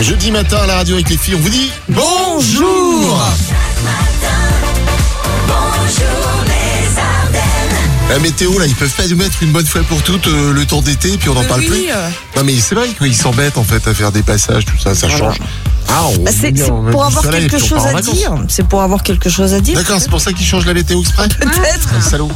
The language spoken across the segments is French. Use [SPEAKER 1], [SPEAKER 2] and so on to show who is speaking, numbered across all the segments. [SPEAKER 1] Jeudi matin à la radio avec les filles, on vous dit
[SPEAKER 2] Bonjour
[SPEAKER 3] Bonjour les Ardennes.
[SPEAKER 1] la météo là, ils peuvent pas nous mettre une bonne fois pour toutes euh, le temps d'été et puis on n'en
[SPEAKER 2] Euh,
[SPEAKER 1] parle
[SPEAKER 2] oui,
[SPEAKER 1] plus.
[SPEAKER 2] euh.
[SPEAKER 1] Non mais c'est vrai qu'ils s'embêtent en fait à faire des passages, tout ça, ça change. Ah, on met
[SPEAKER 2] Bah, C'est c'est
[SPEAKER 1] on met
[SPEAKER 2] pour
[SPEAKER 1] du
[SPEAKER 2] avoir
[SPEAKER 1] soleil et
[SPEAKER 2] quelque
[SPEAKER 1] puis on
[SPEAKER 2] chose
[SPEAKER 1] part en
[SPEAKER 2] à
[SPEAKER 1] vacances.
[SPEAKER 2] dire. C'est pour avoir quelque chose à dire.
[SPEAKER 1] D'accord, c'est pour ça qu'ils changent la météo exprès.
[SPEAKER 2] Peut-être.
[SPEAKER 1] Ah, Salaud.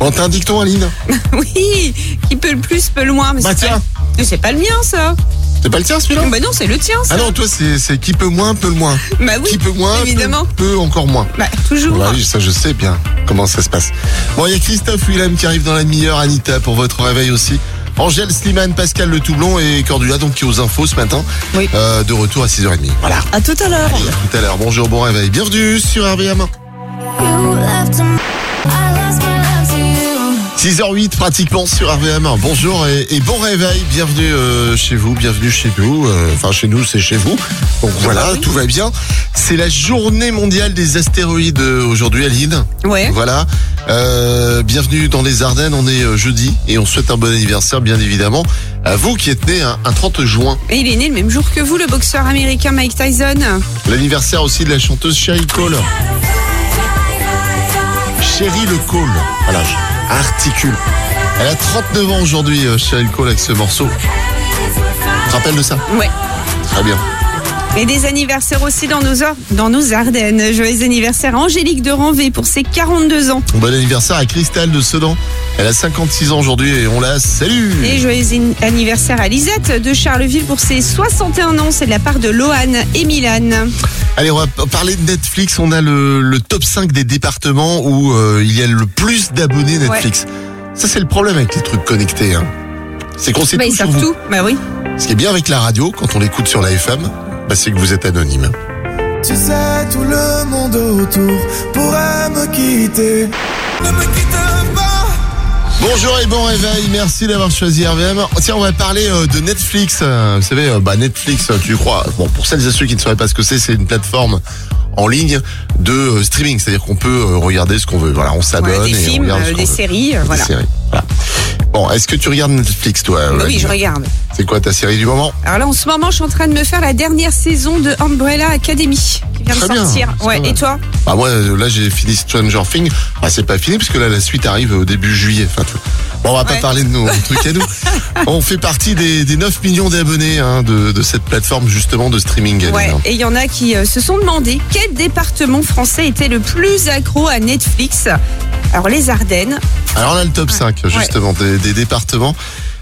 [SPEAKER 1] On t'a un dicton, Aline
[SPEAKER 4] Oui, qui peut le plus peut le moins. Mais
[SPEAKER 1] Bah
[SPEAKER 4] c'est
[SPEAKER 1] tiens,
[SPEAKER 4] pas- mais c'est pas le mien ça.
[SPEAKER 1] c'est pas le tien celui-là
[SPEAKER 4] Bah non, c'est le tien ça.
[SPEAKER 1] Ah non, toi c'est c'est qui peut moins, peut le moins.
[SPEAKER 4] bah oui,
[SPEAKER 1] qui peut moins, peut-
[SPEAKER 4] évidemment.
[SPEAKER 1] Peut, encore moins.
[SPEAKER 4] Bah toujours.
[SPEAKER 1] Bah oui, ça je sais bien comment ça se passe. Bon, il y a Christophe Willem qui arrive dans la demi-heure, Anita pour votre réveil aussi. Angèle Slimane, Pascal Le Toublon et Cordula donc qui est aux infos ce matin.
[SPEAKER 2] Oui.
[SPEAKER 1] Euh, de retour à 6h30. Voilà.
[SPEAKER 2] À tout à l'heure.
[SPEAKER 1] Et à tout à l'heure. Bonjour, bon réveil. Bienvenue sur RVM.
[SPEAKER 3] You left a- I lost my love to you.
[SPEAKER 1] 6h08 pratiquement sur RVM. Bonjour et, et bon réveil. Bienvenue euh, chez vous, bienvenue chez nous. Euh, Enfin chez nous, c'est chez vous. Donc voilà, tout va bien. C'est la journée mondiale des astéroïdes euh, aujourd'hui, Aline.
[SPEAKER 4] Ouais.
[SPEAKER 1] Voilà. Euh, bienvenue dans les Ardennes. On est euh, jeudi et on souhaite un bon anniversaire, bien évidemment, à vous qui êtes né un, un 30 juin.
[SPEAKER 4] Et il est né le même jour que vous, le boxeur américain Mike Tyson.
[SPEAKER 1] L'anniversaire aussi de la chanteuse Sherry Cole. Sherry Le Cole. Voilà, je articule. Elle a 39 ans aujourd'hui, euh, Sherry Cole, avec ce morceau. Tu te rappelles de ça
[SPEAKER 4] Ouais.
[SPEAKER 1] Très bien.
[SPEAKER 4] Et des anniversaires aussi dans nos, or- dans nos Ardennes. Joyeux anniversaire à Angélique de Ranvé pour ses 42 ans.
[SPEAKER 1] Bon anniversaire à Cristal de Sedan. Elle a 56 ans aujourd'hui et on la salue.
[SPEAKER 4] Et joyeux in- anniversaire à Lisette de Charleville pour ses 61 ans. C'est de la part de Loane et Milan.
[SPEAKER 1] Allez, on va p- parler de Netflix. On a le, le top 5 des départements où euh, il y a le plus d'abonnés Netflix. Ça, c'est le problème avec les trucs connectés. hein. C'est qu'on sait
[SPEAKER 4] Bah,
[SPEAKER 1] tout
[SPEAKER 4] ils
[SPEAKER 1] sur
[SPEAKER 4] savent
[SPEAKER 1] vous.
[SPEAKER 4] tout. Bah oui.
[SPEAKER 1] Ce qui est bien avec la radio, quand on l'écoute sur la FM, bah, c'est que vous êtes anonyme.
[SPEAKER 5] Tu sais, tout le monde autour pourrait me quitter. Ne me quitte pas.
[SPEAKER 1] Bonjour et bon réveil. Merci d'avoir choisi RVM. Tiens, on va parler euh, de Netflix. Euh, Vous savez, euh, bah, Netflix, euh, tu crois. Bon, pour celles et ceux qui ne sauraient pas ce que c'est, c'est une plateforme en ligne de euh, streaming. C'est-à-dire qu'on peut euh, regarder ce qu'on veut. Voilà, on s'abonne
[SPEAKER 4] Ouais, des
[SPEAKER 1] et
[SPEAKER 4] films,
[SPEAKER 1] on regarde ce
[SPEAKER 4] euh,
[SPEAKER 1] qu'on
[SPEAKER 4] des
[SPEAKER 1] veut.
[SPEAKER 4] séries. euh,
[SPEAKER 1] Des
[SPEAKER 4] Voilà.
[SPEAKER 1] séries. Voilà. Bon, est-ce que tu regardes Netflix, toi
[SPEAKER 4] Bah oui,
[SPEAKER 1] Aline
[SPEAKER 4] je regarde.
[SPEAKER 1] C'est quoi ta série du moment
[SPEAKER 4] Alors là, en ce moment, je suis en train de me faire la dernière saison de Umbrella Academy qui vient
[SPEAKER 1] Très
[SPEAKER 4] de
[SPEAKER 1] bien,
[SPEAKER 4] sortir.
[SPEAKER 1] c'est
[SPEAKER 4] ouais.
[SPEAKER 1] pas mal.
[SPEAKER 4] Et toi
[SPEAKER 1] Bah moi, euh, là, j'ai fini Stranger Things. Bah, c'est pas fini parce que là, la suite arrive au début juillet. Enfin, tu- Bon, on va pas
[SPEAKER 4] Ouais.
[SPEAKER 1] parler de nos trucs à nous. On fait partie des, des 9 millions d'abonnés hein, de, de cette plateforme justement de streaming. Aline,
[SPEAKER 4] Ouais.
[SPEAKER 1] hein.
[SPEAKER 4] Et il y en a qui euh, se sont demandé quel département français était le plus accro à Netflix. Alors les Ardennes.
[SPEAKER 1] Alors là, le
[SPEAKER 4] Ah,
[SPEAKER 1] top 5 justement des, des départements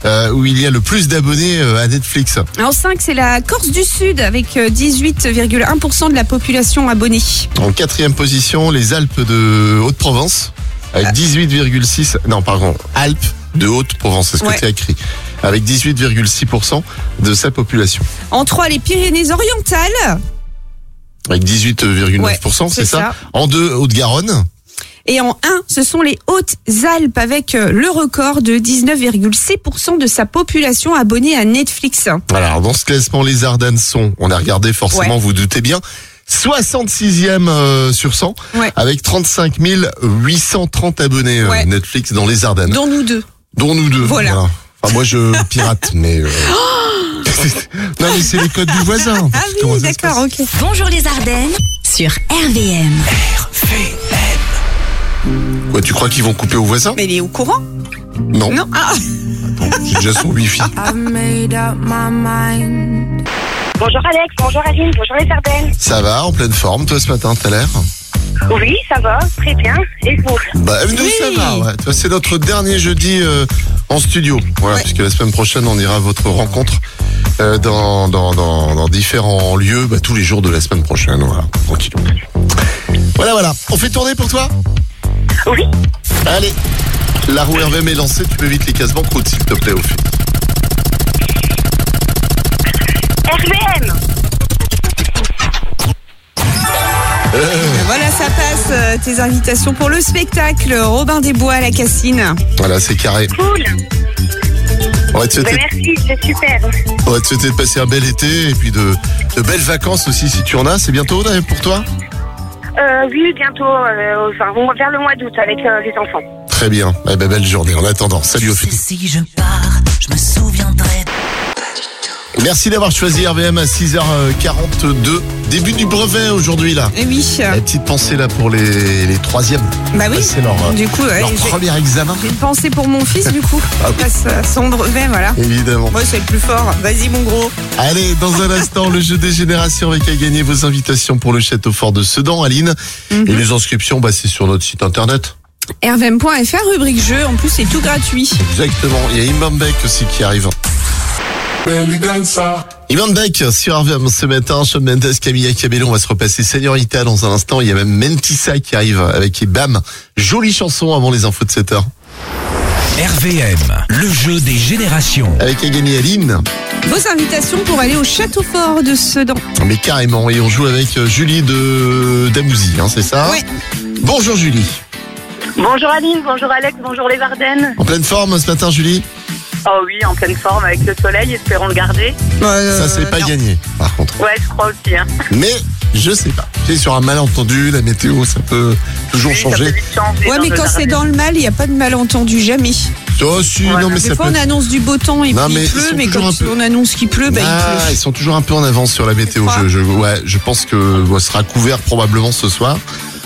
[SPEAKER 1] euh, où il y a le plus d'abonnés euh, à Netflix.
[SPEAKER 4] En 5, c'est la Corse du Sud avec euh, 18,1% de la population abonnée.
[SPEAKER 1] En quatrième position, les Alpes de Haute-Provence, avec
[SPEAKER 4] Ah.
[SPEAKER 1] 18,6. Non, pardon, Alpes de Haute-Provence, c'est ce
[SPEAKER 4] Ouais.
[SPEAKER 1] que tu as écrit. Avec 18,6% de sa population.
[SPEAKER 4] En 3, les Pyrénées-Orientales.
[SPEAKER 1] Avec 18,9%,
[SPEAKER 4] Ouais,
[SPEAKER 1] c'est
[SPEAKER 4] c'est
[SPEAKER 1] ça.
[SPEAKER 4] ça.
[SPEAKER 1] En deux, Haute-Garonne.
[SPEAKER 4] Et en 1, ce sont les Hautes-Alpes avec euh, le record de 19,6% de sa population abonnée à Netflix.
[SPEAKER 1] Voilà, alors dans ce classement, les Ardennes sont, on a regardé forcément, vous doutez bien, 66e euh, sur 100,
[SPEAKER 4] Ouais.
[SPEAKER 1] avec 35 830 abonnés euh,
[SPEAKER 4] Ouais.
[SPEAKER 1] Netflix dans les Ardennes.
[SPEAKER 4] Dont nous deux.
[SPEAKER 1] Dont nous deux.
[SPEAKER 4] Voilà.
[SPEAKER 1] Enfin, moi, je pirate, mais. euh, non, mais c'est les codes du voisin.
[SPEAKER 4] Ah
[SPEAKER 1] Comment
[SPEAKER 4] oui,
[SPEAKER 1] ça se passe
[SPEAKER 4] d'accord, ok.
[SPEAKER 3] Bonjour les Ardennes sur RVM.
[SPEAKER 1] Quoi, tu crois qu'ils vont couper au voisin
[SPEAKER 4] Mais il est au courant
[SPEAKER 1] Non.
[SPEAKER 4] Non. Ah,
[SPEAKER 1] J'ai déjà son wifi.
[SPEAKER 3] I've made up my mind.
[SPEAKER 6] Bonjour Alex, bonjour Aline, bonjour les Ardennes.
[SPEAKER 1] Ça va, en pleine forme, toi, ce matin, t'as l'air
[SPEAKER 6] Oui, ça va, très bien. Et vous
[SPEAKER 1] Bah, nous,
[SPEAKER 4] Oui.
[SPEAKER 1] ça va, ouais. Tu vois, c'est notre dernier jeudi euh, en studio. Voilà, puisque la semaine prochaine, on ira à votre rencontre euh, dans, dans, dans, dans différents lieux, bah, tous les jours de la semaine prochaine. Voilà, tranquille. Voilà, voilà. On fait tourner pour toi
[SPEAKER 6] Oui.
[SPEAKER 1] Allez, la roue RVM est lancée. Tu peux vite les cases banques routes, s'il te plaît, au fil.
[SPEAKER 6] RVM
[SPEAKER 4] voilà, ça passe. euh, Tes invitations pour le spectacle Robin des Bois à la Cassine.
[SPEAKER 1] Voilà, c'est carré.
[SPEAKER 6] Cool
[SPEAKER 1] On va te
[SPEAKER 6] Ben,
[SPEAKER 1] souhaiter,
[SPEAKER 6] Merci, c'est super.
[SPEAKER 1] on va te souhaiter de passer un bel été et puis de, de belles vacances aussi si tu en as. C'est bientôt euh, pour toi
[SPEAKER 6] Euh, oui, bientôt, euh, enfin, on va vers le mois d'août avec euh, les enfants.
[SPEAKER 1] Très bien. Eh ben, belle journée. En attendant, salut au
[SPEAKER 7] Tu
[SPEAKER 1] fil.
[SPEAKER 7] sais, si je pars, je me souviendrai
[SPEAKER 1] Merci d'avoir choisi RVM à 6h42. Début du brevet aujourd'hui là.
[SPEAKER 4] Eh oui.
[SPEAKER 1] La petite pensée là pour les, les troisièmes.
[SPEAKER 4] Bah oui.
[SPEAKER 1] C'est leur, euh,
[SPEAKER 4] Du coup, ouais,
[SPEAKER 1] leur
[SPEAKER 4] j'ai-
[SPEAKER 1] premier examen.
[SPEAKER 4] j'ai une pensée pour mon fils, du coup.
[SPEAKER 1] Ah oui.
[SPEAKER 4] Passe à son brevet, voilà.
[SPEAKER 1] Évidemment.
[SPEAKER 4] Moi, c'est le plus fort. Vas-y, mon gros.
[SPEAKER 1] Allez, dans un instant, le jeu des générations avec à gagner vos invitations pour le château fort de Sedan, Aline. Et les inscriptions, bah, c'est sur notre site internet.
[SPEAKER 4] rvm.fr, rubrique jeu. En plus, c'est tout gratuit.
[SPEAKER 1] Exactement. Il y a Imam Beck aussi qui arrive. Imam Beck sur RVM ce matin, Sean Mendes, Camilla Cabello, on va se repasser Señorita dans un instant. Il y a même Mentissa qui arrive avec Bam. Jolie chanson avant les infos de 7 heures.
[SPEAKER 7] RVM, le jeu des générations.
[SPEAKER 1] Avec Agani Aline.
[SPEAKER 4] Vos invitations pour aller au château fort de Sedan.
[SPEAKER 1] Mais carrément, et on joue avec euh, Julie de Damouzy, hein, c'est ça
[SPEAKER 4] Ouais.
[SPEAKER 1] Bonjour Julie.
[SPEAKER 6] Bonjour Aline, bonjour Alex, bonjour les Ardennes.
[SPEAKER 1] En pleine forme ce matin Julie
[SPEAKER 6] Oh oui, en pleine forme avec le soleil, espérons le garder.
[SPEAKER 4] euh,
[SPEAKER 1] Ça c'est pas gagné par contre.
[SPEAKER 6] Ouais, je crois aussi. Hein.
[SPEAKER 1] Mais je sais pas. Tu sais, sur un malentendu, la météo, ça peut toujours
[SPEAKER 6] Ça peut
[SPEAKER 1] changer.
[SPEAKER 6] vite changer
[SPEAKER 4] Ouais,
[SPEAKER 6] dans
[SPEAKER 4] mais
[SPEAKER 6] nos
[SPEAKER 4] quand c'est
[SPEAKER 6] Ardennes.
[SPEAKER 4] dans le mal, il n'y a pas de malentendu, jamais.
[SPEAKER 1] Oh si,
[SPEAKER 6] Voilà.
[SPEAKER 1] non mais
[SPEAKER 4] Des
[SPEAKER 1] ça
[SPEAKER 4] fois,
[SPEAKER 1] peut.
[SPEAKER 4] on annonce du beau temps et
[SPEAKER 1] Non,
[SPEAKER 4] puis
[SPEAKER 1] mais
[SPEAKER 4] il
[SPEAKER 1] ils
[SPEAKER 4] pleut,
[SPEAKER 1] sont
[SPEAKER 4] mais
[SPEAKER 1] toujours
[SPEAKER 4] quand
[SPEAKER 1] un peu-
[SPEAKER 4] on annonce qu'il pleut, bah,
[SPEAKER 1] Ah,
[SPEAKER 4] il
[SPEAKER 1] ils
[SPEAKER 4] pleut.
[SPEAKER 1] sont toujours un peu en avance sur la météo.
[SPEAKER 4] crois
[SPEAKER 1] Je, je- ouais, je pense que bon, ce sera couvert probablement ce soir,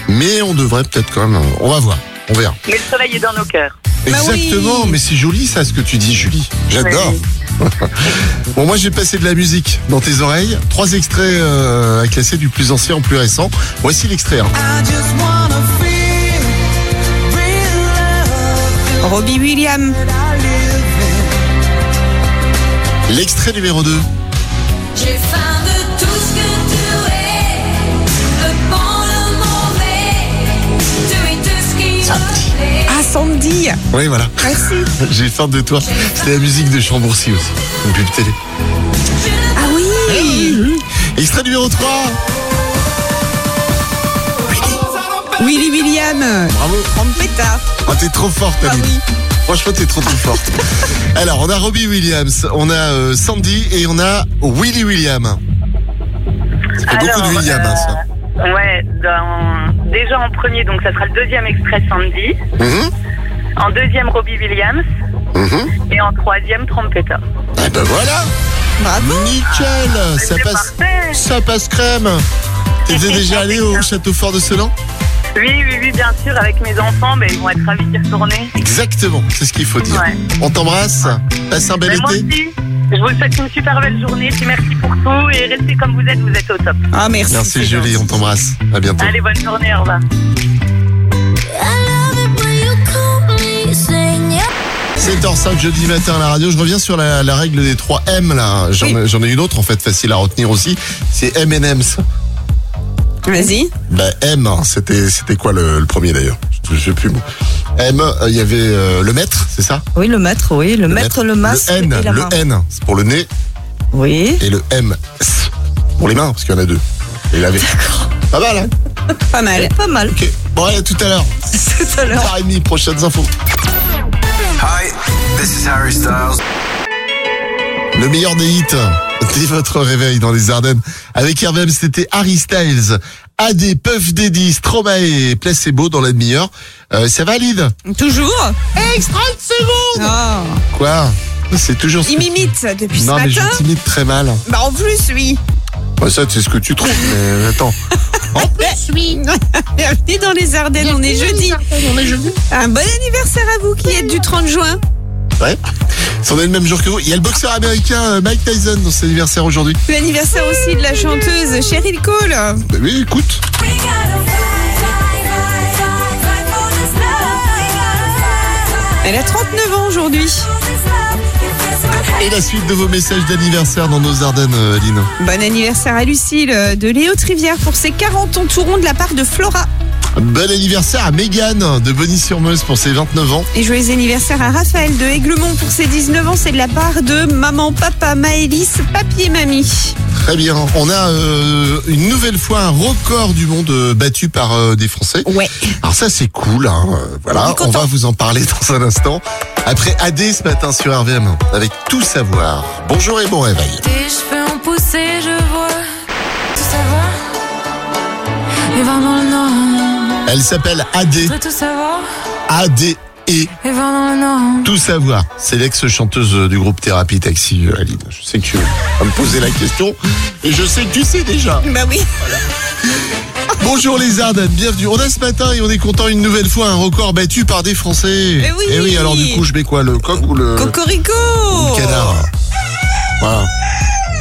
[SPEAKER 1] mais on devrait peut-être quand même. On va voir, on verra.
[SPEAKER 6] Mais le soleil est dans nos cœurs.
[SPEAKER 4] Bah oui.
[SPEAKER 1] Exactement, mais c'est joli ça ce que tu dis, Julie. J'adore.
[SPEAKER 6] Oui.
[SPEAKER 1] Bon, moi j'ai passé de la musique dans tes oreilles. Trois extraits euh, à classer du plus ancien au plus récent. Voici l'extrait. hein.
[SPEAKER 5] I just wanna feel real love
[SPEAKER 4] Robbie Williams,
[SPEAKER 5] that I live in.
[SPEAKER 1] L'extrait numéro 2.
[SPEAKER 3] J'ai faim de tout ce que tu es, le bon, le mauvais, tu es tout ce qui me plaît.
[SPEAKER 4] ah, Sandy,
[SPEAKER 1] Oui, voilà.
[SPEAKER 4] merci.
[SPEAKER 1] J'ai faim de toi. C'était la musique de Chambourcy aussi. Une pub télé.
[SPEAKER 4] Ah oui,
[SPEAKER 1] Extrait numéro 3.
[SPEAKER 4] Willy Williams,
[SPEAKER 1] Bravo.
[SPEAKER 4] Trompetta.
[SPEAKER 1] Oh, t'es trop forte,
[SPEAKER 4] Ah
[SPEAKER 1] Aline.
[SPEAKER 4] oui.
[SPEAKER 1] Franchement, t'es trop trop forte. Alors, on a Robbie Williams, on a euh, Sandy et on a Willy Williams. Ça fait beaucoup de Williams, hein, ça.
[SPEAKER 6] euh, ouais, dans- déjà en premier, donc ça sera le deuxième extrait Sandy.
[SPEAKER 1] Mhm.
[SPEAKER 6] En deuxième, Robbie Williams.
[SPEAKER 1] Mhm.
[SPEAKER 6] Et en troisième, Trompetta.
[SPEAKER 1] Eh ben voilà Nickel Ça
[SPEAKER 6] Bah, c'est
[SPEAKER 1] passe,
[SPEAKER 6] parfait.
[SPEAKER 1] ça passe crème T'étais déjà allé au château fort de Sedan
[SPEAKER 6] Oui, oui, oui, bien sûr, avec mes enfants, mais ils vont être ravis d'y retourner.
[SPEAKER 1] Exactement, c'est ce qu'il faut dire.
[SPEAKER 6] Ouais.
[SPEAKER 1] On t'embrasse, passe un bel
[SPEAKER 6] Mais moi
[SPEAKER 1] été.
[SPEAKER 6] aussi, je vous souhaite une super belle journée. Puis merci pour tout et restez comme vous êtes, vous êtes au top.
[SPEAKER 4] Ah, merci.
[SPEAKER 1] Merci
[SPEAKER 4] c'est
[SPEAKER 1] Julie,
[SPEAKER 4] gentil.
[SPEAKER 1] on t'embrasse. À bientôt.
[SPEAKER 6] Allez, bonne journée, au revoir.
[SPEAKER 3] I love it when you call me, Seigneur.
[SPEAKER 1] 7h05 jeudi matin à la radio. Je reviens sur la, la règle des 3 M là. J'en
[SPEAKER 4] Oui.
[SPEAKER 1] j'en ai une autre en fait facile à retenir aussi. C'est M&M's.
[SPEAKER 4] Vas-y.
[SPEAKER 1] Bah M, hein, c'était c'était quoi le, le premier d'ailleurs Je je sais plus moi. M, euh, il y avait euh, le maître, c'est ça
[SPEAKER 2] Oui, le maître, oui. Le maître, le masque.
[SPEAKER 1] Le N,
[SPEAKER 2] et la
[SPEAKER 1] le
[SPEAKER 2] main.
[SPEAKER 1] N, c'est pour le nez
[SPEAKER 2] Oui.
[SPEAKER 1] et le M c'est pour les mains parce qu'il y en a deux. Et laver. Pas mal. Hein
[SPEAKER 4] Pas mal.
[SPEAKER 2] Pas mal.
[SPEAKER 1] ok. Bon allez, à tout à l'heure.
[SPEAKER 2] Tout à l'heure.
[SPEAKER 1] 8h30, prochaines infos.
[SPEAKER 8] Hi, this is Harry Styles.
[SPEAKER 1] Le meilleur des hits dès votre réveil dans les Ardennes. Avec RVM, c'était Harry Styles, AD, Puff Daddy, Stromae et Placebo dans la demi-heure. Euh, ça valide
[SPEAKER 4] Toujours
[SPEAKER 1] Extra de seconde
[SPEAKER 4] Oh.
[SPEAKER 1] Quoi C'est toujours... ce
[SPEAKER 4] Il
[SPEAKER 1] que-
[SPEAKER 4] m'imite depuis
[SPEAKER 1] Non
[SPEAKER 4] ce
[SPEAKER 1] mais je
[SPEAKER 4] matin.
[SPEAKER 1] t'imite très mal.
[SPEAKER 4] Bah, en plus, oui.
[SPEAKER 1] Bah, ça c'est ce que tu trouves, mais attends.
[SPEAKER 4] Bienvenue dans les Ardennes, on est jeudi. Un bon anniversaire à vous qui êtes du 30 juin.
[SPEAKER 1] Ouais. Si on est le même jour que vous, il y a le boxeur américain euh, Mike Tyson dans ses anniversaire aujourd'hui.
[SPEAKER 4] L'anniversaire aussi de la chanteuse Cheryl Cole.
[SPEAKER 1] Bah oui, écoute.
[SPEAKER 3] We gotta fight, fight, fight, fight, fight for this love. We gotta fight, fight
[SPEAKER 4] Elle a 39 ans aujourd'hui.
[SPEAKER 3] for this love. If it's what
[SPEAKER 1] Et la suite de vos messages d'anniversaire dans nos Ardennes, euh, Lynn.
[SPEAKER 4] Bon anniversaire à Lucille euh, de Léo Trivière pour ses 40 ans tout rond de la part de Flora.
[SPEAKER 1] Bon anniversaire à Megan de Bonny-sur-Meuse pour ses 29 ans.
[SPEAKER 4] Et joyeux anniversaire à Raphaël de Aiglemont pour ses 19 ans. C'est de la part de maman, papa, Maëlys, papy et mamie.
[SPEAKER 1] Très bien. On a euh, une nouvelle fois un record du monde euh, battu par euh, des Français.
[SPEAKER 4] Ouais.
[SPEAKER 1] Alors ça c'est cool. hein. Euh,
[SPEAKER 4] On
[SPEAKER 1] Voilà,
[SPEAKER 4] est
[SPEAKER 1] on,
[SPEAKER 4] content.
[SPEAKER 1] va vous en parler dans un instant. Après AD ce matin sur RVM avec tout savoir. Bonjour et bon réveil.
[SPEAKER 9] Tes cheveux ont poussé, je vois tout savoir. Les vents dans le nord,
[SPEAKER 1] Elle s'appelle AD.
[SPEAKER 9] je voudrais tout savoir.
[SPEAKER 1] AD. et
[SPEAKER 9] Et vent dans le nord.
[SPEAKER 1] tout savoir. C'est l'ex-chanteuse euh, du groupe Thérapie Taxi, euh, Aline. Je sais que tu vas me poser la question et je sais que tu sais déjà.
[SPEAKER 4] Bah oui.
[SPEAKER 1] Bonjour les Ardennes, bienvenue. On a ce matin et on est content une nouvelle fois un record battu par des Français.
[SPEAKER 4] Eh oui.
[SPEAKER 1] Eh oui, alors du coup, je mets quoi Le coq ou le,
[SPEAKER 4] Cocorico.
[SPEAKER 1] ou le canard Voilà.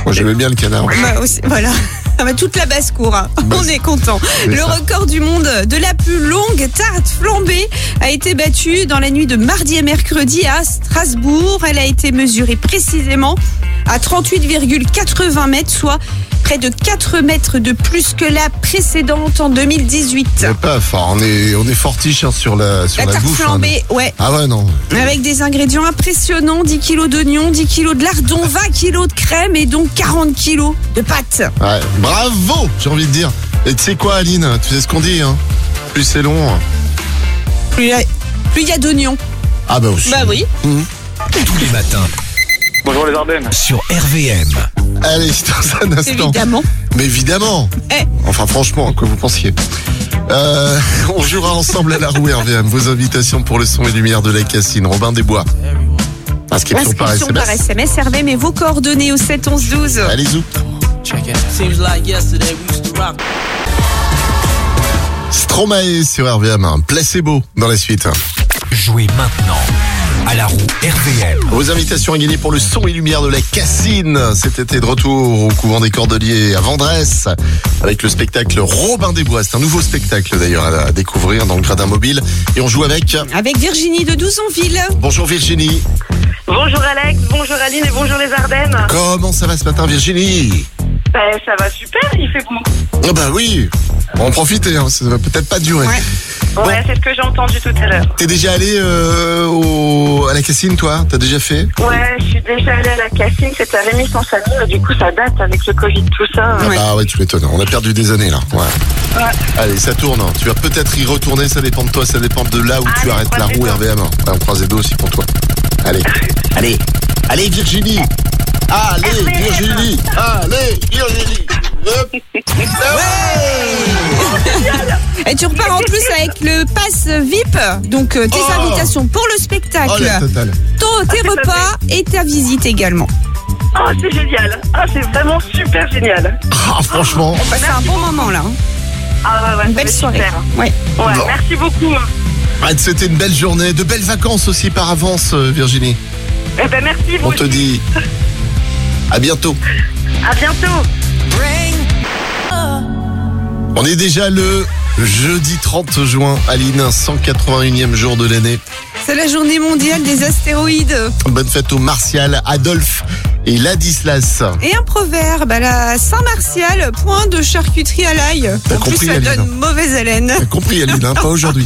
[SPEAKER 1] Moi, j'aimais bien le canard.
[SPEAKER 4] Bah, aussi- voilà. Ah bah, toute la basse-cour, hein. on est content. Le
[SPEAKER 1] Bah, ça.
[SPEAKER 4] record du monde de la plus longue tarte flambée a été battu dans la nuit de mardi à mercredi à Strasbourg. Elle a été mesurée précisément à 38,80 mètres, soit près de 4 mètres de plus que la précédente en 2018.
[SPEAKER 1] C'est pas fort. On est, on est fortiche hein, sur la, sur
[SPEAKER 4] La
[SPEAKER 1] la,
[SPEAKER 4] tarte
[SPEAKER 1] bouffe. hein,
[SPEAKER 4] flambée, ouais,
[SPEAKER 1] nous. ah ouais, non.
[SPEAKER 4] avec des ingrédients impressionnants 10 kilos d'oignons, 10 kilos de lardons, 20 kilos de crème et donc 40 kilos de pâtes.
[SPEAKER 1] Ouais, bravo, j'ai envie de dire. Et tu sais quoi, Aline Tu sais ce qu'on dit, hein Plus c'est long. hein.
[SPEAKER 4] Plus la- plus il y a d'oignons.
[SPEAKER 1] Ah bah aussi.
[SPEAKER 7] Tous les matins
[SPEAKER 10] Bonjour les Ardennes.
[SPEAKER 7] sur RVM.
[SPEAKER 1] Allez, dans un instant.
[SPEAKER 4] Évidemment.
[SPEAKER 1] Mais évidemment.
[SPEAKER 4] Eh.
[SPEAKER 1] Enfin, franchement, que vous pensiez. Euh, on jouera ensemble à la roue RVM. Vos invitations pour le son et lumière de la Cassine. Robin Desbois. Inscription par
[SPEAKER 4] Inscription
[SPEAKER 1] SMS.
[SPEAKER 4] par SMS, Hervé, mais vos coordonnées au 7 11 12.
[SPEAKER 1] Allez, zou. Stromae sur RVM. hein. Placebo dans la suite.
[SPEAKER 7] Jouez maintenant à la roue RVM.
[SPEAKER 1] Vos invitations à gagner pour le son et lumière de la Cassine cet été de retour au couvent des Cordeliers à Vendresse avec le spectacle Robin des Bois. C'est un nouveau spectacle d'ailleurs à découvrir dans le gradin mobile et on joue avec.
[SPEAKER 4] Avec Virginie de Douzonville.
[SPEAKER 1] Bonjour Virginie.
[SPEAKER 6] Bonjour Alex, bonjour Aline et bonjour les Ardennes.
[SPEAKER 1] Comment ça va ce matin Virginie
[SPEAKER 6] Ben, ça va super, il fait bon.
[SPEAKER 1] Ah bah oui, on va en profiter, hein, ça va peut-être pas durer.
[SPEAKER 4] Ouais.
[SPEAKER 6] Ouais, c'est ce que j'ai entendu tout à l'heure.
[SPEAKER 1] T'es déjà allé euh, au- à la Cassine toi T'as déjà fait
[SPEAKER 6] Ouais, je suis déjà allée à la Cassine, c'était à Rémi sans famille, mais du coup ça date avec le Covid, tout ça. hein.
[SPEAKER 1] Ah
[SPEAKER 4] Ouais.
[SPEAKER 1] bah ouais, tu m'étonnes. On a perdu des années là. Ouais.
[SPEAKER 6] Ouais.
[SPEAKER 1] Allez, ça tourne. hein. Tu vas peut-être y retourner. Ça dépend de toi. Ça dépend de là où tu
[SPEAKER 6] Allez,
[SPEAKER 1] arrêtes la
[SPEAKER 6] croisez
[SPEAKER 1] roue
[SPEAKER 6] les
[SPEAKER 1] RVM. hein. Ouais, on croise les deux aussi pour toi. Allez. Allez. Allez, Virginie. Allez,
[SPEAKER 6] RVM.
[SPEAKER 1] Virginie. Allez, Virginie. Hop. Ouais.
[SPEAKER 4] Et tu repars en plus avec le pass VIP. Donc, euh, tes
[SPEAKER 1] Oh.
[SPEAKER 4] invitations pour le
[SPEAKER 1] Oh,
[SPEAKER 4] spectacle,
[SPEAKER 1] la totale.
[SPEAKER 4] ton- tes
[SPEAKER 6] tout à
[SPEAKER 4] repas et ta visite également.
[SPEAKER 6] Oh, c'est génial. Ah, c'est vraiment super génial.
[SPEAKER 1] Ah, franchement.
[SPEAKER 6] Oh,
[SPEAKER 4] On passe un bon moment là. hein.
[SPEAKER 6] Ah,
[SPEAKER 4] Une
[SPEAKER 6] ouais, ouais, ça
[SPEAKER 4] belle
[SPEAKER 6] va être
[SPEAKER 4] soirée.
[SPEAKER 6] super.
[SPEAKER 4] Ouais.
[SPEAKER 6] Ouais,
[SPEAKER 1] Bon.
[SPEAKER 6] merci beaucoup. hein. bah.
[SPEAKER 1] Ah, C'était une belle journée. De belles vacances aussi par avance, euh, Virginie.
[SPEAKER 6] Eh ben, merci, vous.
[SPEAKER 1] On te dit à bientôt.
[SPEAKER 6] À bientôt.
[SPEAKER 1] On est déjà le jeudi 30 juin, Aline, 181e jour de l'année.
[SPEAKER 4] C'est la journée mondiale des astéroïdes.
[SPEAKER 1] Bonne fête aux Martial, Adolphe et Ladislas.
[SPEAKER 4] Et un proverbe à la Saint-Martial, point de charcuterie à l'ail.
[SPEAKER 1] T'as
[SPEAKER 4] En plus,
[SPEAKER 1] compris,
[SPEAKER 4] ça
[SPEAKER 1] Aline.
[SPEAKER 4] donne mauvaise haleine.
[SPEAKER 1] T'as compris, Aline, hein, pas aujourd'hui.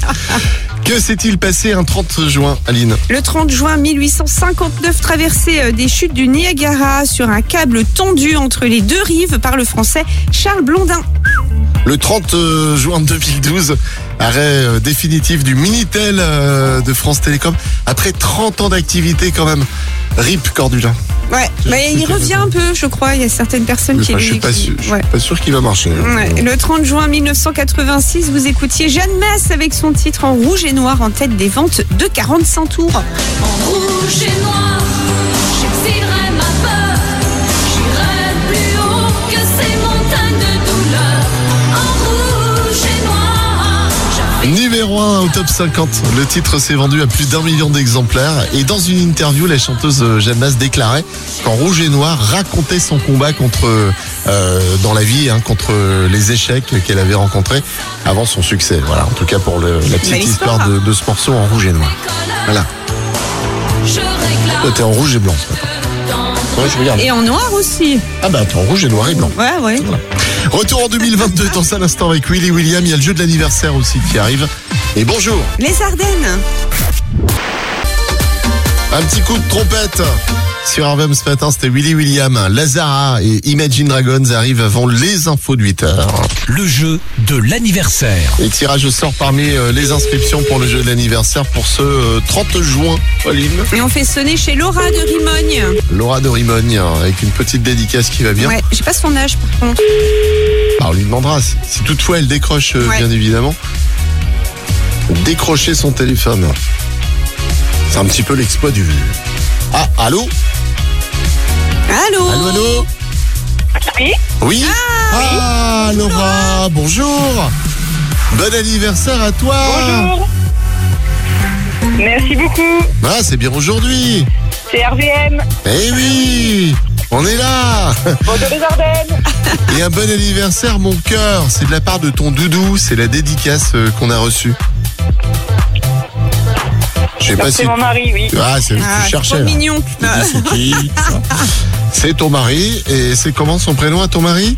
[SPEAKER 1] Que s'est-il passé un 30 juin, Aline
[SPEAKER 4] Le 30 juin 1859, traversée euh, des chutes du Niagara sur un câble tendu entre les deux rives par le français Charles Blondin.
[SPEAKER 1] Le 30 euh, juin 2012, arrêt euh, définitif du Minitel euh, de France Télécom. Après 30 ans d'activité, quand même. RIP Cordula.
[SPEAKER 4] Ouais, mais il revient un peu, je crois. Il y a certaines personnes qui.
[SPEAKER 1] Enfin, je suis pas
[SPEAKER 4] qui-
[SPEAKER 1] sûr, je suis
[SPEAKER 4] ouais.
[SPEAKER 1] pas sûr qu'il va marcher. hein.
[SPEAKER 4] Ouais. Le 30 juin 1986, vous écoutiez Jeanne Masse avec son titre en rouge et noir en tête des ventes de 45 tours.
[SPEAKER 3] Rouge et noir, j'exilerai ma peur. J'irai plus haut que ces montagnes de douleur. En rouge et noir, j'avais
[SPEAKER 1] Numéro 1 au top 50. Le titre s'est vendu à plus d'un million d'exemplaires. Et dans une interview, la chanteuse euh, Jeanne Masse déclarait qu'en rouge et noir racontait son combat contre, euh, dans la vie, hein, contre les échecs qu'elle avait rencontrés avant son succès. Voilà, en tout cas pour le- la petite
[SPEAKER 4] Belle
[SPEAKER 1] histoire,
[SPEAKER 4] histoire.
[SPEAKER 1] de, de ce morceau en rouge et noir. Voilà,
[SPEAKER 3] je
[SPEAKER 1] Toi,
[SPEAKER 3] réclame
[SPEAKER 1] t'es en rouge et blanc. ce matin. Ouais, je regarde.
[SPEAKER 4] Et en noir aussi.
[SPEAKER 1] Ah bah, t'es en rouge et noir et blanc.
[SPEAKER 4] Ouais, ouais.
[SPEAKER 1] Retour en 2022 dans un instant avec Willy William. Il y a le jeu de l'anniversaire aussi qui arrive. Et bonjour
[SPEAKER 4] Les Ardennes.
[SPEAKER 1] Un petit coup de trompette sur RVM ce matin, c'était Willy William, Lazara et Imagine Dragons arrivent avant les infos de 8h.
[SPEAKER 7] Le jeu de l'anniversaire.
[SPEAKER 1] Et tirage au sort parmi euh, les inscriptions pour le jeu de l'anniversaire pour ce euh, 30 juin. Pauline.
[SPEAKER 4] Et on fait sonner chez Laura de Rimogne.
[SPEAKER 1] Laura de Rimogne euh, avec une petite dédicace qui va bien.
[SPEAKER 4] Ouais, j'ai pas son âge par contre.
[SPEAKER 1] Alors, on lui demandera si, si toutefois elle décroche euh,
[SPEAKER 4] Ouais.
[SPEAKER 1] bien évidemment. Décrocher son téléphone. C'est un petit peu l'exploit du. Ah, allô
[SPEAKER 4] Allô
[SPEAKER 1] Allô, allô
[SPEAKER 6] Oui
[SPEAKER 1] Oui Ah, Laura, bonjour Bon anniversaire à toi
[SPEAKER 6] Bonjour. Merci beaucoup.
[SPEAKER 1] Ah, c'est bien aujourd'hui
[SPEAKER 6] C'est RVM.
[SPEAKER 1] Eh oui On est là
[SPEAKER 6] Bonjour les Ardennes.
[SPEAKER 1] Et un bon anniversaire, mon cœur C'est de la part de ton doudou, c'est la dédicace euh, qu'on a reçue. Je sais pas si.
[SPEAKER 6] C'est mon mari, oui.
[SPEAKER 1] Ah, c'est
[SPEAKER 4] Ah,
[SPEAKER 1] tu
[SPEAKER 4] trop
[SPEAKER 1] cherchais. là.
[SPEAKER 4] mignon.
[SPEAKER 1] Tu dis, c'est qui, tout ça. C'est ton mari, et c'est comment son prénom à ton mari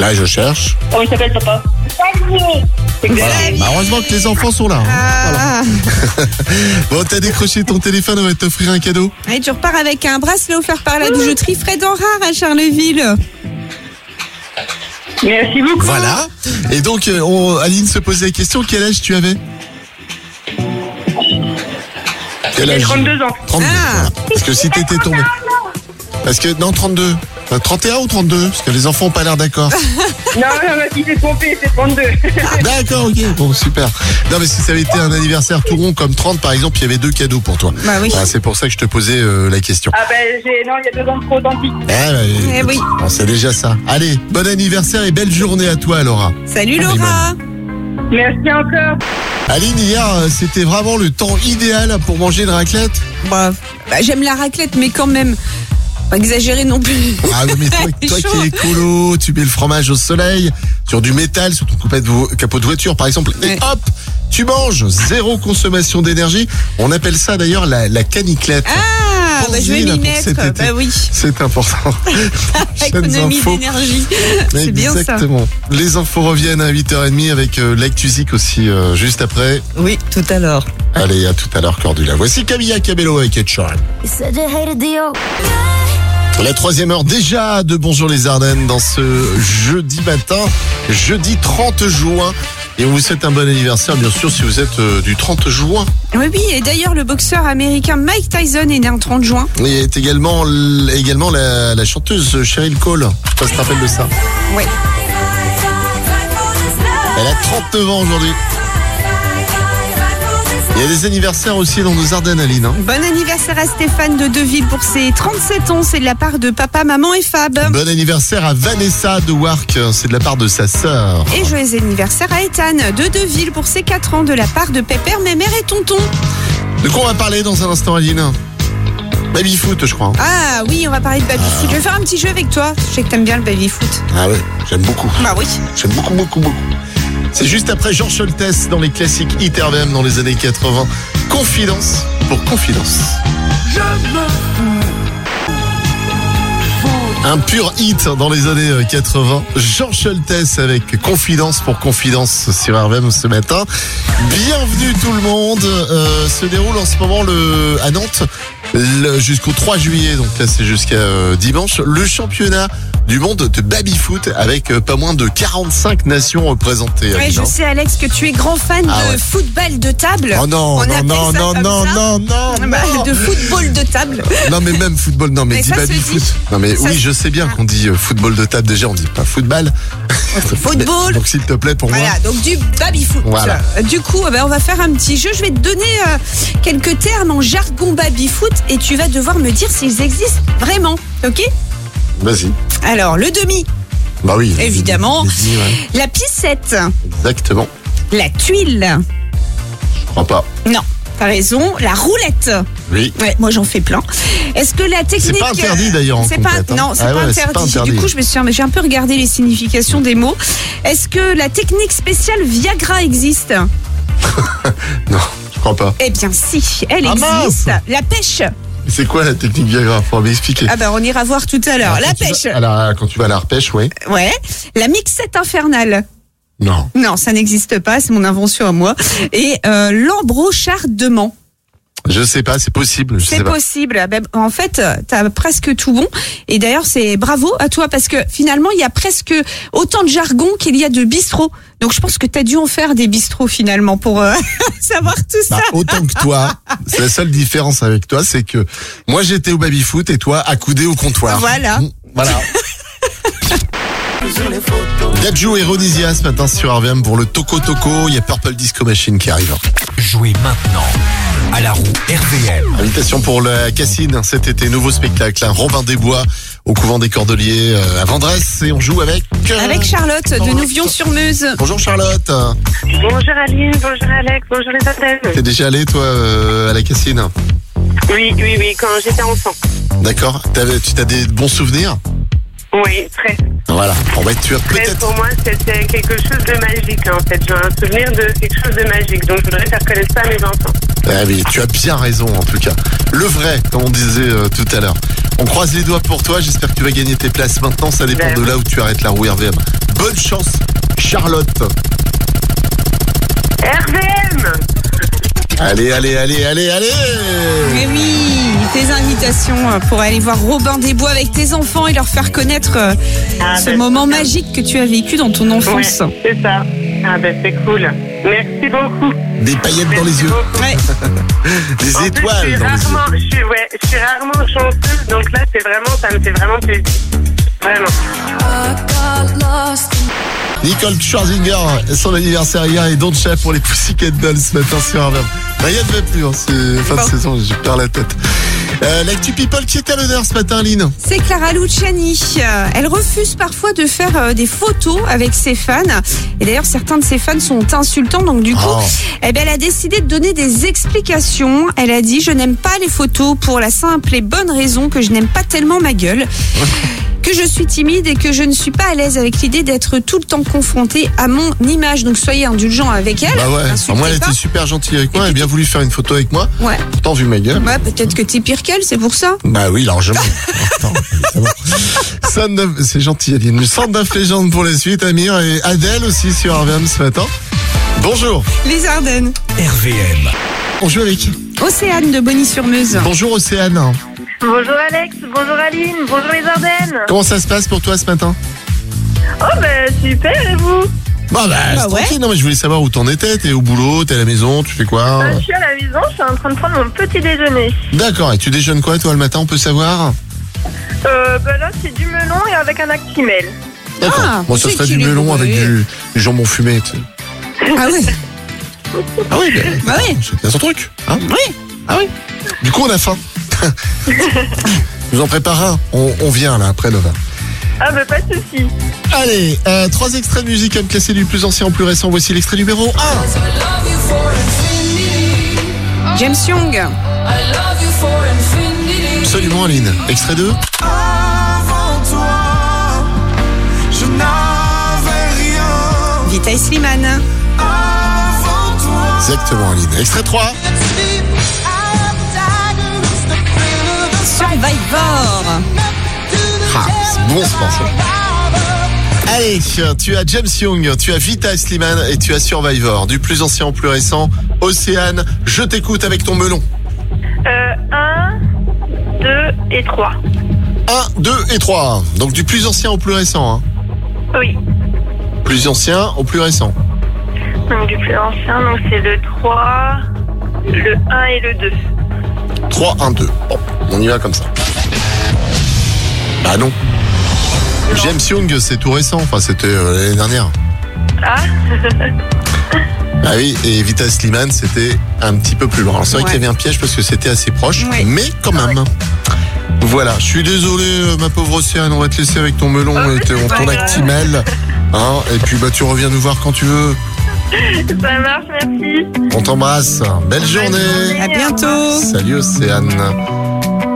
[SPEAKER 1] Là, je cherche.
[SPEAKER 6] Comment il s'appelle, papa
[SPEAKER 1] Voilà. Bah, heureusement que les enfants sont là. hein.
[SPEAKER 4] Ah.
[SPEAKER 1] Bon, t'as décroché ton téléphone, on va t'offrir un cadeau.
[SPEAKER 4] Et tu repars avec un bracelet offert par la bijouterie Fred Enrard à Charleville.
[SPEAKER 6] Merci beaucoup.
[SPEAKER 1] Voilà. Et donc, euh, on- Aline se posait la question quel âge tu avais Quel
[SPEAKER 6] J'ai
[SPEAKER 1] âge
[SPEAKER 6] 32 ans.
[SPEAKER 1] 32.
[SPEAKER 4] Ah.
[SPEAKER 1] voilà. Parce que si t'étais tombé. Parce que, non, Euh, 32. Enfin, 31 ou 32 Parce que les enfants ont pas l'air d'accord.
[SPEAKER 6] Non, non, ma fille s'est trompée, c'est 32.
[SPEAKER 1] D'accord, ok. Bon, super. Non, mais si ça avait été un anniversaire tout rond comme 30, par exemple, il y avait deux cadeaux pour toi.
[SPEAKER 4] Bah oui.
[SPEAKER 1] Voilà, c'est pour ça que je te posais euh, la question.
[SPEAKER 6] Ah ben, j'ai... Non, il y a deux ans de trop d'antiques.
[SPEAKER 1] Eh, bah,
[SPEAKER 4] Eh
[SPEAKER 1] écoute,
[SPEAKER 4] oui.
[SPEAKER 1] bon, c'est déjà ça. Allez, bon anniversaire et belle journée à toi, Laura.
[SPEAKER 4] Salut
[SPEAKER 1] Ah,
[SPEAKER 4] Laura.
[SPEAKER 6] Merci encore.
[SPEAKER 1] Aline, hier, euh, c'était vraiment le temps idéal pour manger une raclette.
[SPEAKER 4] Bah, bah, J'aime la raclette, mais quand même. Pas exagéré non plus.
[SPEAKER 1] Ah oui, mais toi,
[SPEAKER 4] Il
[SPEAKER 1] toi
[SPEAKER 4] est
[SPEAKER 1] qui
[SPEAKER 4] chaud.
[SPEAKER 1] es écolo, tu mets le fromage au soleil, sur du métal, sur ton coupé de vo- capot de voiture par exemple, et
[SPEAKER 4] Ouais.
[SPEAKER 1] hop, tu manges, zéro consommation d'énergie. On appelle ça d'ailleurs la, la caniclette.
[SPEAKER 4] Ah, bah, je vais
[SPEAKER 1] Pense-y, là,
[SPEAKER 4] m'y
[SPEAKER 1] pour
[SPEAKER 4] mettre.
[SPEAKER 1] cet été.
[SPEAKER 4] Bah oui.
[SPEAKER 1] C'est important. Prochaines
[SPEAKER 4] Économie
[SPEAKER 1] infos.
[SPEAKER 4] d'énergie. C'est bien ça.
[SPEAKER 1] Exactement. Les infos reviennent à 8h30 avec euh, l'actusique aussi euh, juste après.
[SPEAKER 2] Oui, tout à l'heure.
[SPEAKER 1] Allez, à tout à l'heure Cordula. Voici Camilla Cabello avec Ed Sheeran. La troisième heure déjà de Bonjour les Ardennes dans ce jeudi matin, jeudi 30 juin. Et on vous souhaite un bon anniversaire, bien sûr, si vous êtes euh, du 30 juin.
[SPEAKER 4] Oui, oui, et d'ailleurs, le boxeur américain Mike Tyson est né un 30 juin.
[SPEAKER 1] Il y a également, l- également la, la chanteuse Cheryl Cole. Je sais pas si tu te rappelles de ça.
[SPEAKER 4] Ouais.
[SPEAKER 1] Elle a 39 ans aujourd'hui. Il y a des anniversaires aussi dans nos Ardennes, Aline. hein.
[SPEAKER 4] Bon anniversaire à Stéphane de Deville pour ses 37 ans. C'est de la part de papa, maman et Fab.
[SPEAKER 1] Bon anniversaire à Vanessa de Wark. C'est de la part de sa sœur.
[SPEAKER 4] Et joyeux anniversaire à Ethan de Deville pour ses 4 ans de la part de Pépère, Mémère et Tonton.
[SPEAKER 1] De quoi on va parler dans un instant, Aline Baby foot, je crois. hein.
[SPEAKER 4] Ah oui, on va parler de baby-foot. Je vais faire un petit jeu avec toi. Je sais que t'aimes bien le baby-foot.
[SPEAKER 1] Ah ouais, j'aime beaucoup.
[SPEAKER 4] Bah oui.
[SPEAKER 1] J'aime beaucoup, beaucoup, beaucoup. C'est juste après Jean Scholtes dans les classiques ITERVM dans les années 80. Confidence pour confidence. Un pur hit dans les années euh, 80. Jean Scholtes avec Confidence pour Confidence sur RVM ce matin. Bienvenue tout le monde. Euh, se déroule en ce moment le, à Nantes le- jusqu'au 3 juillet, donc là c'est jusqu'à euh, dimanche, le championnat du monde de baby-foot avec euh, pas moins de 45 nations représentées.
[SPEAKER 4] Ouais,
[SPEAKER 1] Aline,
[SPEAKER 4] je
[SPEAKER 1] hein.
[SPEAKER 4] sais, Alex, que tu es grand fan
[SPEAKER 1] Ah
[SPEAKER 4] de
[SPEAKER 1] ouais.
[SPEAKER 4] football de table.
[SPEAKER 1] Oh non,
[SPEAKER 4] On
[SPEAKER 1] non,
[SPEAKER 4] appelle
[SPEAKER 1] non,
[SPEAKER 4] ça
[SPEAKER 1] non,
[SPEAKER 4] comme
[SPEAKER 1] non,
[SPEAKER 4] ça.
[SPEAKER 1] non, non,
[SPEAKER 4] Bah,
[SPEAKER 1] non.
[SPEAKER 4] de football de table.
[SPEAKER 1] Non, mais même football, non, mais,
[SPEAKER 4] Mais
[SPEAKER 1] dis
[SPEAKER 4] ça se
[SPEAKER 1] baby
[SPEAKER 4] dit.
[SPEAKER 1] foot. Non, mais
[SPEAKER 4] Ça
[SPEAKER 1] oui,
[SPEAKER 4] se- Ah.
[SPEAKER 1] je sais bien qu'on dit euh, football de table, déjà on dit pas football.
[SPEAKER 4] Football.
[SPEAKER 1] Donc s'il te plaît, pour moi.
[SPEAKER 4] Voilà, donc du baby-foot.
[SPEAKER 1] Voilà.
[SPEAKER 4] Du coup, eh ben, on va faire un petit jeu. Je vais te donner euh, quelques termes en jargon baby-foot et tu vas devoir me dire s'ils existent vraiment. Ok
[SPEAKER 1] Vas-y.
[SPEAKER 4] Alors, le demi,
[SPEAKER 1] Bah oui.
[SPEAKER 4] Évidemment.
[SPEAKER 1] Vas-y, ouais.
[SPEAKER 4] la piscette,
[SPEAKER 1] Exactement.
[SPEAKER 4] la tuile.
[SPEAKER 1] Je crois pas.
[SPEAKER 4] Non, t'as raison, la roulette.
[SPEAKER 1] Oui.
[SPEAKER 4] Ouais, moi j'en fais plein. Est-ce que la technique.
[SPEAKER 1] C'est pas interdit, d'ailleurs, en
[SPEAKER 4] euh, C'est pas,
[SPEAKER 1] compète, hein.
[SPEAKER 4] non, c'est
[SPEAKER 1] Ah
[SPEAKER 4] pas,
[SPEAKER 1] ouais, c'est
[SPEAKER 4] interdit.
[SPEAKER 1] pas interdit.
[SPEAKER 4] Du coup, je me suis, j'ai un peu regardé les significations des mots. Est-ce que la technique spéciale Viagra existe
[SPEAKER 1] Non, je crois pas.
[SPEAKER 4] Eh bien, si, elle
[SPEAKER 1] Ah,
[SPEAKER 4] existe.
[SPEAKER 1] mince
[SPEAKER 4] La pêche.
[SPEAKER 1] Mais C'est quoi la technique Viagra Faut m'expliquer.
[SPEAKER 4] Ah ben, on ira voir tout à l'heure.
[SPEAKER 1] Quand
[SPEAKER 4] La
[SPEAKER 1] Ah, tu vas- ah.
[SPEAKER 4] pêche.
[SPEAKER 1] à la- quand tu vas à la repêche, oui.
[SPEAKER 4] Ouais. La mixette infernale.
[SPEAKER 1] Non.
[SPEAKER 4] Non, ça n'existe pas. C'est mon invention à moi. Et euh, l'embrochardement.
[SPEAKER 1] Je sais pas, c'est possible. Je sais
[SPEAKER 4] C'est
[SPEAKER 1] pas.
[SPEAKER 4] possible. Ben, En fait, euh, t'as presque tout bon. Et d'ailleurs, c'est bravo à toi parce que finalement, il y a presque autant de jargon qu'il y a de bistrots. Donc, je pense que t'as dû en faire des bistrots finalement pour euh, savoir tout ça.
[SPEAKER 1] Bah, autant que toi, c'est la seule différence avec toi, c'est que moi j'étais au baby foot et toi accoudé au comptoir.
[SPEAKER 4] Voilà.
[SPEAKER 1] Mm, Voilà.
[SPEAKER 5] sur les photos.
[SPEAKER 1] Yadju et Ronisia ce matin sur RVM pour le Toco Toco. Il y a Purple Disco Machine qui arrive.
[SPEAKER 7] Jouez maintenant à la roue RVM.
[SPEAKER 1] Invitation pour la Cassine cet été. Nouveau spectacle, un Robin des Bois au couvent des Cordeliers euh, à Vendresse. Et on joue avec. euh,
[SPEAKER 4] Avec Charlotte de Nouvion-sur-Meuse.
[SPEAKER 1] Bonjour Charlotte.
[SPEAKER 6] Bonjour Aline, bonjour Alex, bonjour les hôtels.
[SPEAKER 1] T'es déjà allé toi euh, à la Cassine
[SPEAKER 6] Oui, oui, oui, quand j'étais enfant.
[SPEAKER 1] D'accord T'avais- Tu t'as des bons souvenirs
[SPEAKER 6] Oui, très.
[SPEAKER 1] Voilà. Bon bah tu as
[SPEAKER 6] très
[SPEAKER 1] peut-être.
[SPEAKER 6] pour moi, c'était quelque chose de magique en fait. J'ai un souvenir de quelque chose de magique. Donc je voudrais faire connaître ça à mes enfants.
[SPEAKER 1] Ah oui, tu as bien raison en tout cas. Le vrai, comme on disait euh, tout à l'heure. On croise les doigts pour toi, j'espère que tu vas gagner tes places maintenant, ça dépend
[SPEAKER 6] Ben
[SPEAKER 1] de là où tu arrêtes la roue RVM. Bonne chance, Charlotte.
[SPEAKER 6] RVM
[SPEAKER 1] Allez, allez, allez, allez, allez
[SPEAKER 4] Mais Eh oui, tes invitations euh, pour aller voir Robin des Bois avec tes enfants et leur faire connaître euh,
[SPEAKER 6] Ah,
[SPEAKER 4] ce
[SPEAKER 6] ben,
[SPEAKER 4] moment magique que tu as vécu dans ton
[SPEAKER 6] Ouais,
[SPEAKER 4] enfance.
[SPEAKER 6] c'est ça. Ah ben c'est cool. Merci beaucoup.
[SPEAKER 1] Des paillettes dans les
[SPEAKER 6] Merci
[SPEAKER 1] yeux,
[SPEAKER 6] beaucoup.
[SPEAKER 4] Ouais.
[SPEAKER 6] En
[SPEAKER 1] des
[SPEAKER 6] plus, je
[SPEAKER 1] étoiles dans les
[SPEAKER 6] suis
[SPEAKER 1] yeux.
[SPEAKER 6] rarement, je suis, ouais, je suis rarement chanceuse, donc là, c'est vraiment, ça me fait vraiment plaisir. Vraiment.
[SPEAKER 1] Nicole Schwarzinger, son anniversaire hier et Don Chef pour les Pussycat Dolls ce matin sur RVM. Rien ne va plus, hein, c'est fin de saison, je perds la tête. Euh, L'actu People qui est à l'honneur ce matin, Lynn
[SPEAKER 4] C'est Clara Luciani. Euh, Elle refuse parfois de faire euh, des photos avec ses fans. Et d'ailleurs, certains de ses fans sont insultants. Donc, du coup,
[SPEAKER 1] Oh.
[SPEAKER 4] eh ben, elle a décidé de donner des explications. Elle a dit Je n'aime pas les photos pour la simple et bonne raison que je n'aime pas tellement ma gueule. Que je suis timide et que je ne suis pas à l'aise avec l'idée d'être tout le temps confrontée à mon image. Donc soyez indulgent avec elle.
[SPEAKER 1] Bah ouais,
[SPEAKER 4] Insultez
[SPEAKER 1] moi elle
[SPEAKER 4] Eh, pas.
[SPEAKER 1] était super gentille avec moi, elle a bien voulu faire une photo avec moi.
[SPEAKER 4] Ouais.
[SPEAKER 1] Pourtant, vu ma gueule.
[SPEAKER 4] Ouais, peut-être que t'es pire qu'elle, c'est pour ça.
[SPEAKER 1] Bah oui, largement. Attends, évidemment. Sound of- C'est gentil, Aline. Sound of Legend pour la suite, Amir et Adèle aussi sur RVM ce matin. Bonjour,
[SPEAKER 4] Les Ardennes.
[SPEAKER 7] RVM.
[SPEAKER 1] on joue avec.
[SPEAKER 4] Océane de Bonny-sur-Meuse.
[SPEAKER 1] Bonjour Océane.
[SPEAKER 6] Bonjour Alex, bonjour Aline, bonjour les Ardennes.
[SPEAKER 1] Comment ça se passe pour toi ce matin
[SPEAKER 6] Oh ben super, et vous
[SPEAKER 1] Bah bah, c'est
[SPEAKER 4] ouais.
[SPEAKER 1] tranquille. non mais je voulais savoir où t'en étais, t'es au boulot, t'es à la maison, tu fais quoi
[SPEAKER 6] Bah, Je suis à la maison, je suis en train de prendre mon petit déjeuner.
[SPEAKER 1] D'accord, et tu déjeunes quoi toi le matin, on peut savoir
[SPEAKER 6] Euh, ben là, c'est du melon et avec un actimel.
[SPEAKER 1] D'accord.
[SPEAKER 4] Ah,
[SPEAKER 1] Moi ça
[SPEAKER 4] c'est
[SPEAKER 1] serait du
[SPEAKER 4] qu'il est
[SPEAKER 1] melon
[SPEAKER 4] bourré.
[SPEAKER 1] avec du, du jambon fumé. tu sais.
[SPEAKER 4] Ah ouais.
[SPEAKER 1] Ah oui, bah,
[SPEAKER 4] Bah ouais.
[SPEAKER 1] c'est bien son truc. Hein
[SPEAKER 4] Oui.
[SPEAKER 1] Ah oui. Du coup, on a faim. Je vous en prépare un. On, on vient là après 9
[SPEAKER 6] Ah ben pas de soucis.
[SPEAKER 1] Allez, euh, trois extraits de musique à me classer du plus ancien au plus récent. Voici l'extrait numéro 1.
[SPEAKER 4] James Young.
[SPEAKER 1] Absolument, Aline. Extrait 2.
[SPEAKER 5] Avant toi, je n'avais rien.
[SPEAKER 4] Vita Slimane.
[SPEAKER 5] Avant toi,
[SPEAKER 1] Exactement, Aline. Extrait 3.
[SPEAKER 4] Survivor.
[SPEAKER 1] Ah, c'est bon ce morceau. Allez, tu as James Young, tu as Vita Sliman et tu as Survivor. Du plus ancien au plus récent, Océane, je t'écoute avec ton melon.
[SPEAKER 6] Euh, un, deux et trois.
[SPEAKER 1] 1, 2 et 3. Donc du plus ancien au plus récent. hein.
[SPEAKER 6] Oui.
[SPEAKER 1] Plus ancien au plus récent.
[SPEAKER 6] Donc du plus ancien, donc c'est le 3, le 1 et le 2.
[SPEAKER 1] 3, 1, 2. Bon, on y va comme ça. Bah non. James Young, c'est tout récent. Enfin, c'était euh, l'année dernière.
[SPEAKER 6] Ah
[SPEAKER 1] Ah oui, et Vita Sliman, c'était un petit peu plus loin. Alors, c'est vrai
[SPEAKER 4] Ouais.
[SPEAKER 1] qu'il y avait un piège parce que c'était assez proche,
[SPEAKER 4] Ouais.
[SPEAKER 1] mais quand même.
[SPEAKER 6] Ah
[SPEAKER 1] Voilà, je suis désolé, euh, ma pauvre Océane, on va te laisser avec ton melon
[SPEAKER 6] Ah,
[SPEAKER 1] et
[SPEAKER 6] mais
[SPEAKER 1] ton,
[SPEAKER 6] c'est pas
[SPEAKER 1] ton
[SPEAKER 6] grave.
[SPEAKER 1] actimel. Hein, et puis, bah, tu reviens nous voir quand tu veux.
[SPEAKER 6] Ça marche, merci.
[SPEAKER 1] On t'embrasse. Belle journée.
[SPEAKER 4] À bientôt.
[SPEAKER 1] Salut Océane.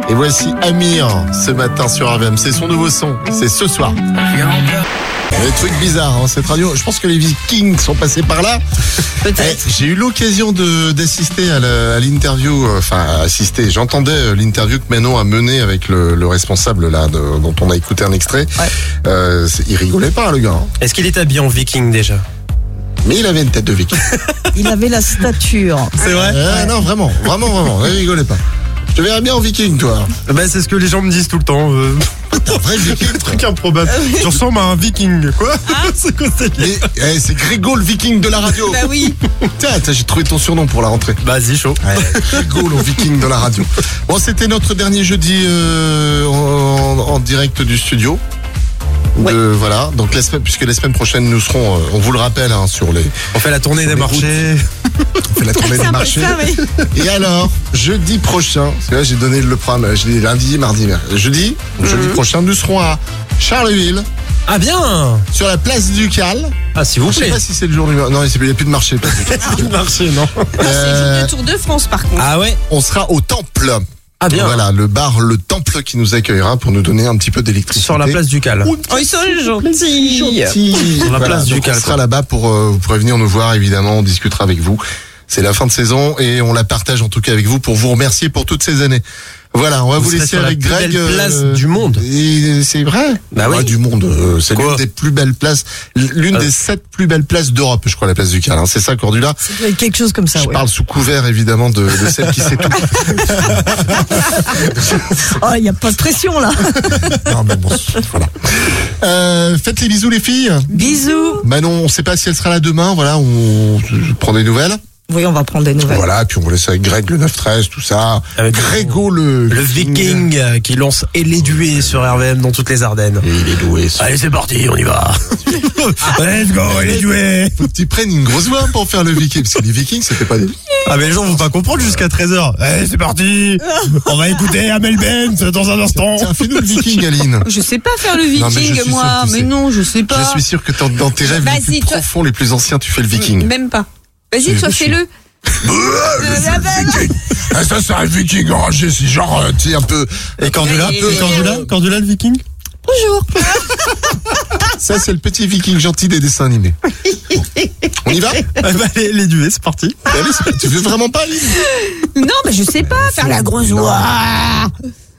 [SPEAKER 1] Et voici Amir ce matin sur RVM. C'est son nouveau son. C'est ce soir. Des trucs bizarres, hein, cette radio. Je pense que les Vikings sont passés par là. Eh,
[SPEAKER 2] Peut-être.
[SPEAKER 1] J'ai eu l'occasion de- d'assister à la- à l'interview, euh, enfin à assister. J'entendais euh, l'interview que Manon a menée avec le, le responsable là, de- dont on a écouté un extrait. Euh, c'est- il rigolait pas le gars, hein.
[SPEAKER 10] Est-ce qu'il est habillé en viking déjà
[SPEAKER 1] mais il avait une tête de Viking.
[SPEAKER 2] Il avait la stature.
[SPEAKER 10] C'est vrai
[SPEAKER 1] Euh, Non, vraiment, vraiment, vraiment, il rigolait pas. Je te verrais bien en Viking, toi.
[SPEAKER 10] Bah c'est ce que les gens me disent tout le temps. euh.
[SPEAKER 1] T'es un vrai Viking, toi.
[SPEAKER 10] Truc improbable. Tu ressembles à Oh, un viking, quoi C'est quoi ce délire
[SPEAKER 1] Mais, eh, c'est Grégo le viking de la radio.
[SPEAKER 4] Ah. Bah oui.
[SPEAKER 1] Tiens, tiens, j'ai trouvé ton surnom pour la rentrée.
[SPEAKER 10] Vas-y, chaud.
[SPEAKER 1] Grégo le viking de la radio. Bon, c'était notre dernier jeudi euh, en, en direct du studio. de- voilà. Donc la semaine, puisque la semaine prochaine nous serons, euh, on vous le rappelle, hein, sur les
[SPEAKER 10] On fait la tournée des
[SPEAKER 1] les
[SPEAKER 10] marchés.
[SPEAKER 1] on fait la tournée
[SPEAKER 4] C'est
[SPEAKER 1] des
[SPEAKER 4] un peu
[SPEAKER 1] marchés.
[SPEAKER 4] ça, oui.
[SPEAKER 1] Et alors, jeudi prochain, parce que là j'ai donné le programme, j'ai dit lundi, mardi, mercredi. jeudi, donc jeudi
[SPEAKER 4] Mhm.
[SPEAKER 1] prochain, nous serons à Charleville,
[SPEAKER 10] Ah bien
[SPEAKER 1] sur la place du Cal.
[SPEAKER 10] Ah s'il vous
[SPEAKER 1] Je sais
[SPEAKER 10] plaît.
[SPEAKER 1] pas si c'est le jour du non, il n'y a plus de marché. place du
[SPEAKER 10] Ah,
[SPEAKER 1] Cal.
[SPEAKER 10] marché, non
[SPEAKER 1] Euh,
[SPEAKER 4] Le Tour de France, par contre.
[SPEAKER 10] Ah ouais
[SPEAKER 1] on sera au Temple.
[SPEAKER 10] Ah bien.
[SPEAKER 1] Voilà, le bar, le Temple qui nous accueillera pour nous donner un petit peu d'électricité.
[SPEAKER 10] Sur la place du Cal.
[SPEAKER 4] Oh, ils sont gentils.
[SPEAKER 1] Sur
[SPEAKER 10] la place du Cal,
[SPEAKER 1] On sera
[SPEAKER 10] quoi.
[SPEAKER 1] là-bas pour euh, vous prévenir, nous voir évidemment, on discutera avec vous. C'est la fin de saison et on la partage en tout cas avec vous pour vous remercier pour toutes ces années. Voilà, on va
[SPEAKER 10] Vous
[SPEAKER 1] vous,
[SPEAKER 10] serez
[SPEAKER 1] laisser
[SPEAKER 10] sur la
[SPEAKER 1] avec
[SPEAKER 10] plus
[SPEAKER 1] Greg. euh,
[SPEAKER 10] belle place du monde.
[SPEAKER 1] et C'est vrai.
[SPEAKER 10] Bah oui.
[SPEAKER 1] Ouais, Du monde. euh, c'est
[SPEAKER 10] Quoi
[SPEAKER 1] l'une des plus belles places, l'une
[SPEAKER 10] Euh.
[SPEAKER 1] des sept plus belles places d'Europe, je crois, la place du Cal. hein. C'est ça, Cordula.
[SPEAKER 2] Ça doit être quelque chose comme ça,
[SPEAKER 1] je
[SPEAKER 2] ouais.
[SPEAKER 1] parle sous couvert évidemment de, de celle qui sait tout.
[SPEAKER 2] Oh, il n'y a pas de pression, là.
[SPEAKER 1] Non, mais bon, voilà. Euh, faites les bisous les filles.
[SPEAKER 2] Bisous.
[SPEAKER 1] Manon, on sait pas si elle sera là demain, voilà, on je prends des nouvelles.
[SPEAKER 2] Oui, on va prendre des nouvelles.
[SPEAKER 1] Voilà, puis on vous laisse avec Greg le 9-13, tout ça.
[SPEAKER 10] Avec
[SPEAKER 1] Grégo le...
[SPEAKER 10] Le viking euh, qui lance Elédué sur RVM dans toutes les Ardennes.
[SPEAKER 1] Et il est doué. ça.
[SPEAKER 10] Allez, c'est parti, on y va. Let's go, Elédué
[SPEAKER 1] Faut que tu prennes une grosse voix pour faire le viking, parce que les vikings, c'était pas des...
[SPEAKER 10] Ah, mais les gens vont pas comprendre jusqu'à 13h. Allez, c'est parti On va écouter Amel Bent dans un instant.
[SPEAKER 1] Tiens, fais-nous le viking, Aline.
[SPEAKER 4] Ah, Je sais pas faire le
[SPEAKER 1] Non, mais je
[SPEAKER 4] viking,
[SPEAKER 1] suis
[SPEAKER 4] moi.
[SPEAKER 1] sûr que tu
[SPEAKER 4] mais
[SPEAKER 1] sais.
[SPEAKER 4] non, je sais pas.
[SPEAKER 1] Je suis sûr que dans- dans tes rêves les plus
[SPEAKER 4] Vas-y, toi-
[SPEAKER 1] profonds, les plus anciens, tu fais le viking.
[SPEAKER 4] Même pas. Vas-y, toi, fais-le. Euh, la belle.
[SPEAKER 1] Ah, ça, c'est un viking enragé, c'est genre, euh, tu sais, un peu...
[SPEAKER 10] Et Cordula
[SPEAKER 4] Et Cordula
[SPEAKER 10] Cordula le viking
[SPEAKER 4] Bonjour.
[SPEAKER 1] Ça, c'est le petit viking gentil des dessins animés. Bon. On y va
[SPEAKER 10] Bah, Allez, Elédué, c'est parti.
[SPEAKER 1] Allez, c'est- Tu veux vraiment pas, Aline
[SPEAKER 4] Non, mais je sais pas faire la grosse voix.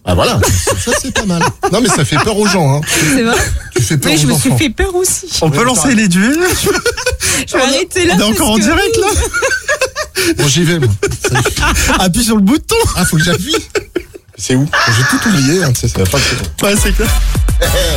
[SPEAKER 1] Ah voilà, ça c'est pas mal. Non mais ça fait peur aux gens. Hein.
[SPEAKER 4] C'est vrai.
[SPEAKER 1] Tu fais peur
[SPEAKER 4] Mais je
[SPEAKER 1] aux
[SPEAKER 4] me suis
[SPEAKER 1] enfants.
[SPEAKER 4] fait peur aussi.
[SPEAKER 10] On peut lancer Elédué
[SPEAKER 4] Je vais arrêter là.
[SPEAKER 10] On est encore en
[SPEAKER 4] parce que-
[SPEAKER 10] direct, là
[SPEAKER 1] Bon j'y vais. Moi.
[SPEAKER 10] Appuie sur le bouton
[SPEAKER 1] Ah faut que j'appuie. C'est où J'ai tout oublié. Hein, tu sais, ça va pas être
[SPEAKER 10] Ouais, c'est clair.
[SPEAKER 1] bon.